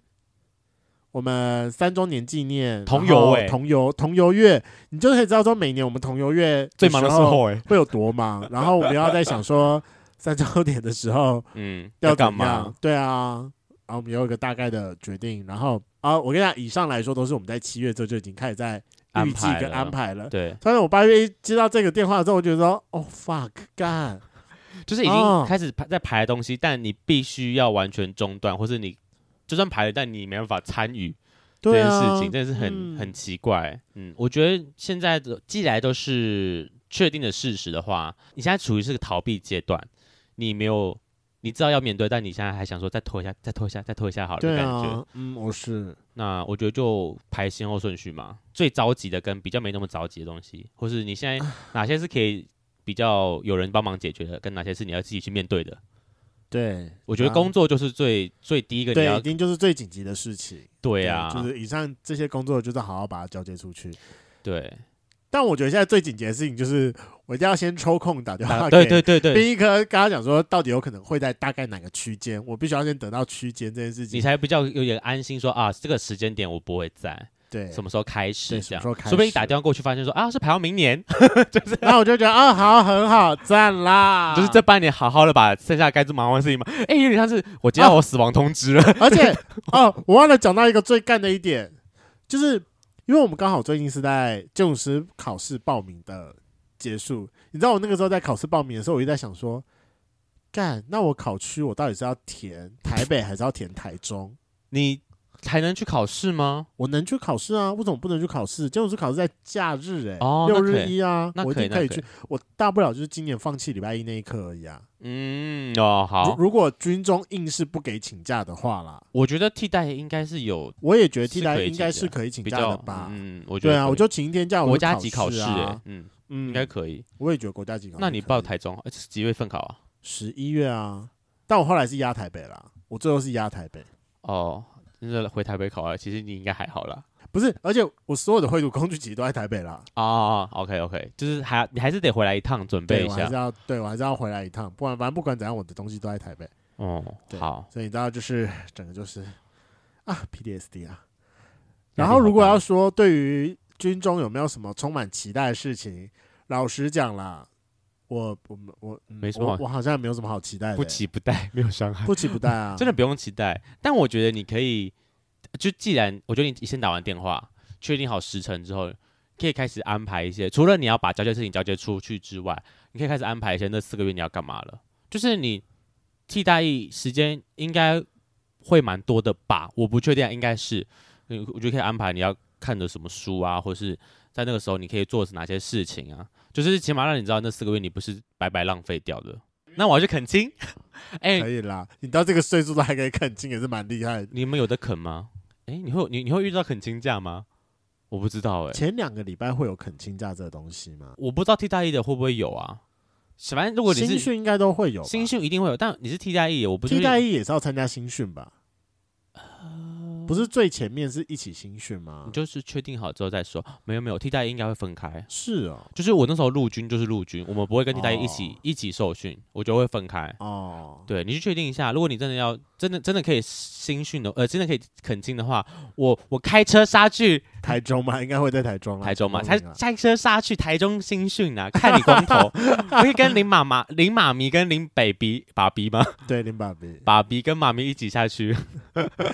S2: 我们三周年纪念
S1: 同
S2: 然后
S1: 游欸
S2: 同游同游月，你就可以知道说每年我们同游月
S1: 最忙的时候哎，
S2: 会有
S1: *laughs*
S2: 多忙，然后我们要在想说三周年的时候
S1: 嗯，
S2: 要怎
S1: 干
S2: 么样
S1: 嘛？？
S2: 对啊，然后我们有一个大概的决定，然后啊，我跟你讲，以上来说都是我们在七月之后就已经开始在预
S1: 安
S2: 计
S1: 排
S2: 跟
S1: 了
S2: 安排了。
S1: 对，
S2: 但是我八月一接到这个电话之后，我就说，哦，fuck，干，
S1: 就是已经
S2: 哦
S1: 开始排在排东西，但你必须要完全中断，或是你就算排了，但你没办法参与这
S2: 对
S1: 件
S2: 啊，
S1: 事情，真的是很
S2: 嗯
S1: 很奇怪。嗯，我觉得现在的既来都是确定的事实的话，你现在处于是个逃避阶段，你没有。你知道要面对，但你现在还想说再拖一下，再拖一下，再拖一下好了的
S2: 对
S1: 感觉。
S2: 啊，嗯，我是，
S1: 那我觉得就排先后顺序嘛，最着急的跟比较没那么着急的东西，或是你现在哪些是可以比较有人帮忙解决的，跟哪些是你要自己去面对的。
S2: 对，
S1: 我觉得
S2: 啊
S1: 工作就是最最第一个你
S2: 对，
S1: 要
S2: 一定就是最紧急的事情。
S1: 对啊，
S2: 就是以上这些工作，就是好好把它交接出去。
S1: 对啊
S2: 但我觉得现在最紧急的事情就是，我一定要先抽空打电话
S1: 啊
S2: 给
S1: 对对对对，
S2: 第一科跟他讲说，到底有可能会在大概哪个区间，我必须要先得到区间这件事
S1: 你
S2: 情。
S1: 才比较有点安心说啊，这个时间点我不会在
S2: 对，
S1: 什么时候开始
S2: 对
S1: 这样，
S2: 什么时候开
S1: 说不定你
S2: 始
S1: 打电话过去发现说啊是排到明年，
S2: 然后我就觉得，啊，好，很好，赞啦！
S1: 就是这，半年好好的把剩下该做忙完的事情嘛，哎、有点像是我
S2: 哦
S1: 接到我死亡通知了， *laughs*
S2: *laughs* 而且哦，我忘了讲到一个最干的一点，就是因为我们刚好最近是在建筑师考试报名的结束，你知道我那个时候在考试报名的时候，我就在想说，干，那我考区我到底是要填台北还是要填台中？
S1: 你还能去考试吗？
S2: 我能去考试啊，为什么不能去考试？建筑师考试在假日哎、
S1: 哦
S2: 六
S1: 那可
S2: 日
S1: 以
S2: 一啊，
S1: 那
S2: 我一
S1: 可以
S2: 定
S1: 那
S2: 可以
S1: 可
S2: 去
S1: 以。
S2: 我大不了就是今年放弃礼拜一那一课而已啊。
S1: 嗯哦好
S2: 如，如果军中硬是不给请假的话啦，
S1: 我觉得替代应该是有
S2: 我也觉得
S1: 是
S2: 替代
S1: 可以
S2: 应该
S1: 请
S2: 是
S1: 假
S2: 可以请
S1: 比
S2: 假
S1: 较
S2: 的吧。
S1: 嗯，我觉得
S2: 对啊，
S1: 可以
S2: 我就请一天假，我
S1: 国
S2: 就
S1: 家
S2: 考
S1: 级考试
S2: 试
S1: 哎、
S2: 啊，
S1: 嗯，
S2: 嗯，
S1: 应该可以。
S2: 我也觉得国家级考试可以。
S1: 那你报台中，哎、这是几月份考啊？
S2: 十一月啊？但我后来是压台北啦，我最后是压台北，
S1: 哦，真的回台北考啊，其实你应该还好啦。
S2: 不是，而且我所有的绘图工具其实都在台北啦。
S1: 哦，OK OK，就是还你还是得回来一趟，准备
S2: 对，
S1: 一
S2: 我还
S1: 下
S2: 是。要，对我还是要回来一趟，不然反正不管怎样，我的东西都在台北。
S1: 哦，
S2: 对
S1: 好。
S2: 所以你知道，就是整个就是啊，PDSD 啊。
S1: 压力
S2: 然后如果
S1: 好大
S2: 要说对于军中有没有什么充满期待的事情，老实讲啦，我我我嗯
S1: 没什么 *laughs*
S2: 我
S1: 好
S2: 我好像也没有什么好期待的、欸
S1: 不期不待，没有伤害，
S2: 不期不待
S1: *laughs*
S2: 啊，
S1: 真的不用期待。但我觉得你可以，就既然我觉得你先打完电话，确定好时程之后，可以开始安排一些，除了你要把交接事情交接出去之外，你可以开始安排一些那四个月你要干嘛了。就是你替代役时间应该会蛮多的吧？我不确定，啊应该是，嗯我觉得可以安排你要看的什么书啊，或是在那个时候你可以做哪些事情啊，就是起码让你知道那四个月你不是白白浪费掉的。那我要去恳亲，哎、
S2: 可以啦。你到这个岁数都还可以啃亲，也是蛮厉害的。
S1: 你们有的啃吗？哎、你会你你会遇到啃亲价吗？我不知道哎、
S2: 前两个礼拜会有啃亲假这个东西吗？
S1: 我不知道替代役的会不会有啊。反正如果你
S2: 新
S1: 是
S2: 训应该都会有吧，
S1: 新训一定会有，但你是替代役，我不确
S2: 替
S1: 定
S2: 代役也是要参加新训吧？不是最前面是一起新训吗
S1: 呃你？就是确定好之后再说。没有没有，替代役应该会分开。
S2: 是哦，
S1: 就是我那时候陆军就是陆军，我们不会跟替代役一起、
S2: 哦
S1: 一起受训，我就会分开。 *laughs*
S2: 哦，
S1: 对，你去确定一下。如果你真的要真的真的可以新训的，呃，真的可以恳亲的话，我我开车杀去
S2: 台中吗？应该会在台中啦。啊
S1: 台中嘛，
S2: 台
S1: 开开车杀去台中新训 *laughs* 啊，看你光头，我可以跟林妈妈、林妈咪跟林 baby 爸比吗？
S2: *laughs*
S1: *laughs*
S2: 对林爸比，
S1: 爸比跟妈咪一起下 *laughs* 去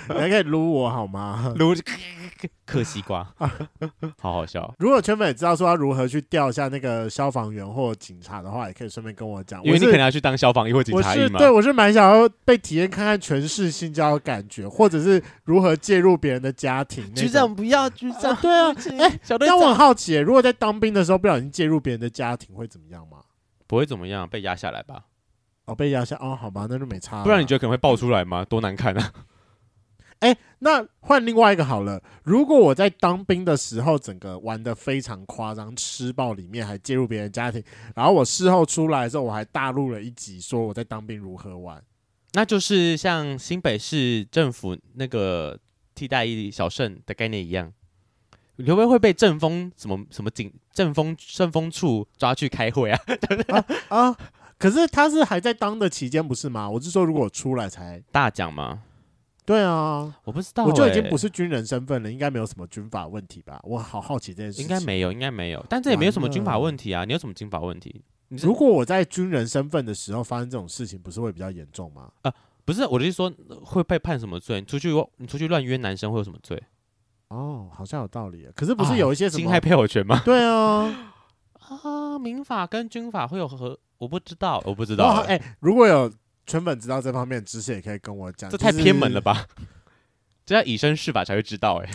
S2: 你还可以撸我好吗？
S1: 撸 *laughs* 嗑西瓜， *laughs* 好好笑。
S2: 如果圈粉也知道说要如何去钓一下那个消防员或警察的话，也可以顺便跟我讲。
S1: 因
S2: 我
S1: 为你可
S2: 是
S1: 能要去当消防医或警
S2: 我
S1: 察
S2: 是
S1: 医嘛
S2: 对，我是蛮想要被体验看看全市性交的感觉，或者是如何介入别人的家庭那种。
S1: 局长不要，局 *laughs* 长
S2: 啊，对啊，哎、
S1: 小队
S2: 但我很
S1: 长
S2: 好奇耶，如果在当兵的时候不小心介入别人的家庭会怎么样吗？
S1: 不会怎么样，被压下来吧？
S2: 哦，被压下哦，好吧，那就没差了。
S1: 不然你觉得可能会爆出来吗？多难看啊！
S2: 那换另外一个好了。如果我在当兵的时候，整个玩的非常夸张，吃爆里面还介入别人家庭，然后我事后出来的时候，我还大录了一集，说我在当兵如何玩。
S1: 那就是像新北市政府那个替代役小胜的概念一样，你会不会会被政风什么什么警政风政风处抓去开会啊？ *laughs*
S2: 啊。可是他是还在当的期间，不是吗？我是说，如果我出来才
S1: 大奖吗？
S2: 对啊，
S1: 我不知道、欸，
S2: 我就已经不是军人身份了，应该没有什么军法问题吧？我好好奇这件事情。
S1: 应该。没有，应该没有，但这也没有什么
S2: 完了
S1: 军法问题啊。你有什么军法问题？你是
S2: 如果我在军人身份的时候发生这种事情，不是会比较严重吗？
S1: 不是我的意思说会被判什么罪？你出去你出去乱约男生会有什么罪？
S2: 哦，好像有道理耶。可是不是有一些什
S1: 啊侵
S2: 么？
S1: 害配偶权吗？ *laughs*
S2: 对啊，
S1: 啊，民法跟军法会有和我不知道，我不知
S2: 哇
S1: 道，欸
S2: 哎、如果有圈粉知道这方面的知识，也可以跟我讲。
S1: 这太
S2: 就是
S1: 偏门了吧？ *laughs* 这要以身试法才会知道、哎，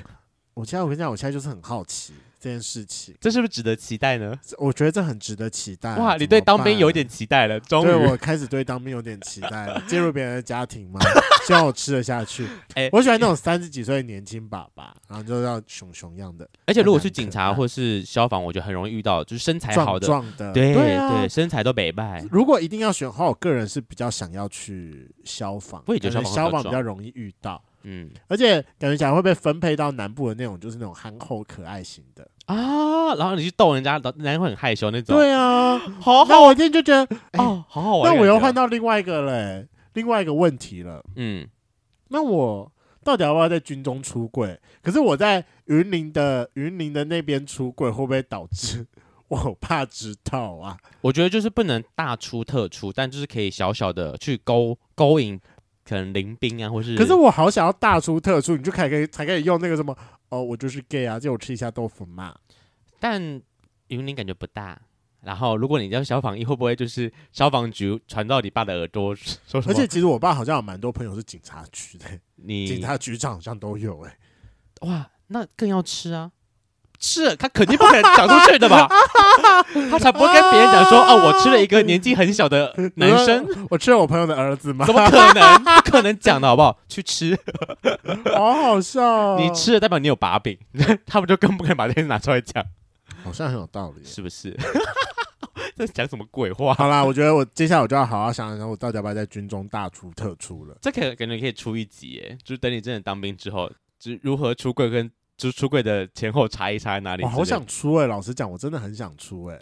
S2: 我现在我跟你讲，我现在就是很好奇这件事情，
S1: 这是不是值得期待呢？
S2: 这我觉得这很值得期待。
S1: 哇，你
S2: 啊怎
S1: 对
S2: 么
S1: 当兵
S2: 办
S1: 有一点期待了，
S2: *laughs*
S1: 终
S2: 对
S1: 于。
S2: 我开始对当兵有点期
S1: *laughs*
S2: 待了，介入别人的家庭嘛，希望我吃得下去。
S1: 哎
S2: 我喜欢那种三十几岁的年轻爸爸，然后就要熊熊样的，
S1: 而且如果去
S2: 很
S1: 警
S2: 可
S1: 察
S2: 爱
S1: 或是消防，我觉得很容易遇到，就是身材好
S2: 壮
S1: 的，
S2: 壮的。
S1: 对
S2: 啊
S1: 身材都北败。
S2: 如果一定要选的话，我个人是比较想要去消防，
S1: 我也觉得
S2: 感
S1: 消
S2: 消
S1: 防
S2: 防
S1: 比
S2: 比
S1: 较
S2: 较容易遇到，
S1: 嗯
S2: 而且感觉起来会被分配到南部的那种，就是那种憨厚可爱型的。
S1: 啊，然后你去逗人家，然后人家会很害羞那种。，
S2: 对啊，
S1: 好
S2: 那我一定就觉得，哎
S1: 哦，好好玩。
S2: 那我又换
S1: 到，
S2: 到另外一个嘞、另外一个问题了。
S1: 嗯，
S2: 那我到底要不要在军中出柜？可是我在云林的云林的那边出柜，会不会导致 *laughs* 我爸知道啊？
S1: 我觉得就是不能大出特出，但就是可以小小的去勾勾引，可能林兵啊，或是
S2: 可是我好想要大出特出，你就可以可以才可以用那个什么哦，我就是 gay 啊，借我吃一下豆腐嘛。
S1: 但云林感觉不大。然后，如果你叫消防一，会不会就是消防局传到你爸的耳朵，说什么？
S2: 而且其实我爸好像有蛮多朋友是警察局的、警
S1: 你
S2: 察局长好像都有哎、
S1: 哇，那更要吃啊！吃，他肯定不可能讲出去的 *laughs* 吧？他才不会跟别人讲说，哦，我吃了一个年纪很小的 *laughs* 男 *laughs* 生，
S2: *laughs* 我，我吃了我朋友的
S1: *laughs*
S2: 儿子吗？
S1: 怎么可能？不可能讲的好不好？去 *laughs* 吃，
S2: 好好笑、哦！
S1: 你吃了代表你有把柄， *laughs* 他们就更不可能把这些拿出来讲，
S2: 好像很有道理。
S1: 是不是？ *laughs* 在讲什么鬼话？
S2: 好啦，我觉得我接下来我就要好好想想，我到底要不要在军中大出特出了。
S1: 这可感觉可以出一集耶，就是等你真的当兵之后，就是如何出柜跟就是出柜的前后差异差在哪里？
S2: 我好，想出哎、老实讲，我真的很想出哎、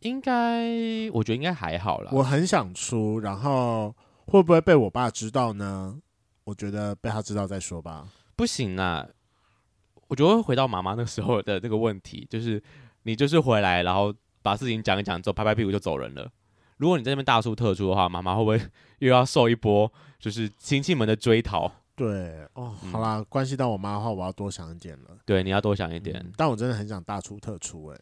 S1: 应该我觉得应该还好啦。
S2: 我很想出，然后会不会被我爸知道呢？我觉得被他知道再说吧。
S1: 不行啊！我觉得会回到妈妈那时候的那个问题，就是你就是回来，然后把事情讲一讲之后，拍拍屁股就走人了。如果你在那边大出特出的话，妈妈会不 *laughs* 会又要受一波就是亲戚们的追讨？
S2: 对，哦，
S1: 嗯
S2: 好啦，关系到我妈的话，我要多想一点了。
S1: 对，你要多想一点，
S2: 嗯但我真的很想大出特出哎、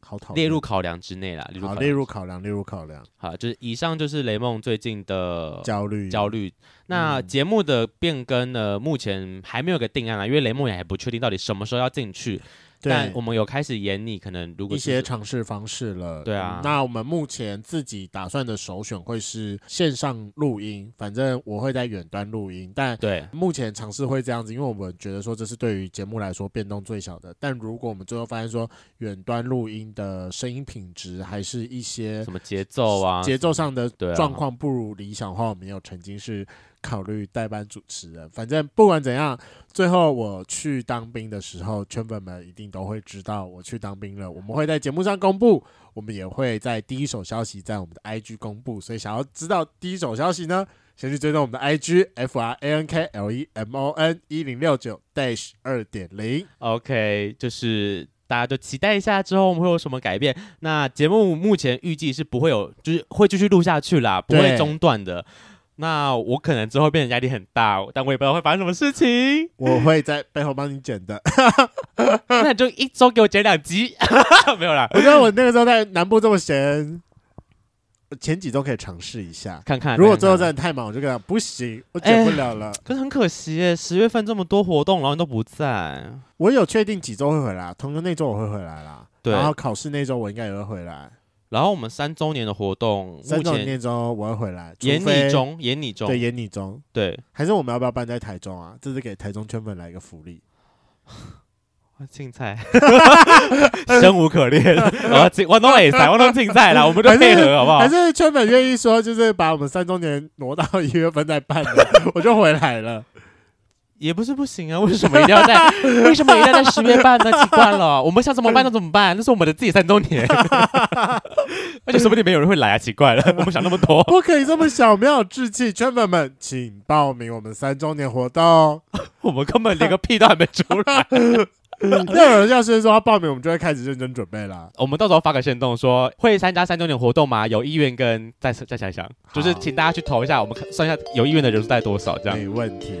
S2: 好讨厌
S1: 列入考量之内啦。列入
S2: 好
S1: 考
S2: 列
S1: 量
S2: 入考量，列入考量，
S1: 好，就是以上就是雷梦最近的
S2: 焦虑
S1: 哦
S2: 嗯
S1: 焦虑。那节目的变更呢，目前还没有个定案啊，因为雷梦也还不确定到底什么时候要进去。但
S2: 对
S1: 我们有开始演你可能如果
S2: 一
S1: 是
S2: 些尝试方式了。
S1: 对啊
S2: 嗯那我们目前自己打算的首选会是线上录音，反正我会在远端录音，但
S1: 对
S2: 目前尝试会这样子，因为我们觉得说这是对于节目来说变动最小的。但如果我们最后发现说远端录音的声音品质还是一些
S1: 什么节奏啊，
S2: 节奏上的
S1: 对啊
S2: 状况不如理想的话，我们也有曾经是考虑代班主持人。反正不管怎样，最后我去当兵的时候，圈粉们一定都会知道我去当兵了。我们会在节目上公布，我们也会在第一手消息在我们的 IG 公布。所以想要知道第一手消息呢，先去追踪我们的 IG F R A N K L E M O N 一零六九 dash 二点零。
S1: OK，就是大家就期待一下之后我们会有什么改变。那节目目前预计是不会有，就是会继续录下去啦，不会
S2: 对。
S1: 中断的。那我可能之后变得压力很大，但我也不知道会发生什么事情
S2: *laughs* 我会在背后帮你剪
S1: *laughs*
S2: 的。
S1: 那你就一周给我剪两集， *laughs* 没有啦，
S2: 我觉得我那个时候在南部这么闲，我前几周可以尝试一下。
S1: 看看。
S2: 如果
S1: 看看
S2: 最后真的太忙，我就跟他不行，我
S1: 哎
S2: 剪不了了。
S1: 可是很可惜耶，十月份这么多活动，然后你都不在。
S2: 我有确定几周会回来，同学那周我会回来啦。
S1: 对
S2: 然后考试那周我应该也会回来，
S1: 然后我们三周年的活动，
S2: 三
S1: 目
S2: 周
S1: 前
S2: 那周我会回来。
S1: 演
S2: 除
S1: 你
S2: 非
S1: 中，演你中，
S2: 对演你中，
S1: 对，
S2: 还是我们要不要办在台中啊？这是给台中圈粉来一个福利。
S1: 竞赛， *laughs* 生无可 *laughs* 恋，我竞我都会啊赛，我都竞赛啦，我们就配合好不好
S2: 还？是圈粉愿意说，就是把我们三周年挪到一月份再办的，
S1: *laughs*
S2: 我就回来了。
S1: 也不是不行啊，为什么一定要 *laughs* 在？为什么一定要在十月办呢？奇怪了，我们想怎么办就怎么办，那是我们的自己三周年， *laughs* 而且说不定没有人会来啊，奇怪了，我们想那么多。
S2: 不可以这么想，没有志气，圈粉们，请报名我们三周年活动。
S1: 我们根本连个屁都还没出来。 *laughs*
S2: *laughs* 那有人要是说要报名，我们就会开始认真准备啦。
S1: 我们到时候发个线动说会参加三周年活动吗？有意愿跟再再想一想，就是请大家去投一下，我们看算一下有意愿的人数在多少这样。
S2: 没问题。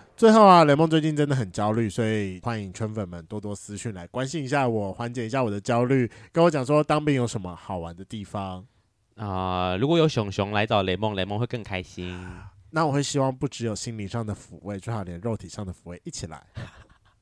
S2: 最后啊，雷梦最近真的很焦虑，所以欢迎圈粉们多多私讯来关心一下我，缓解一下我的焦虑，跟我讲说当兵有什么好玩的地方。
S1: 啊、如果有熊熊来找雷梦，雷梦会更开心。
S2: 那我会希望不只有心灵上的抚慰，最好连肉体上的抚慰一起来。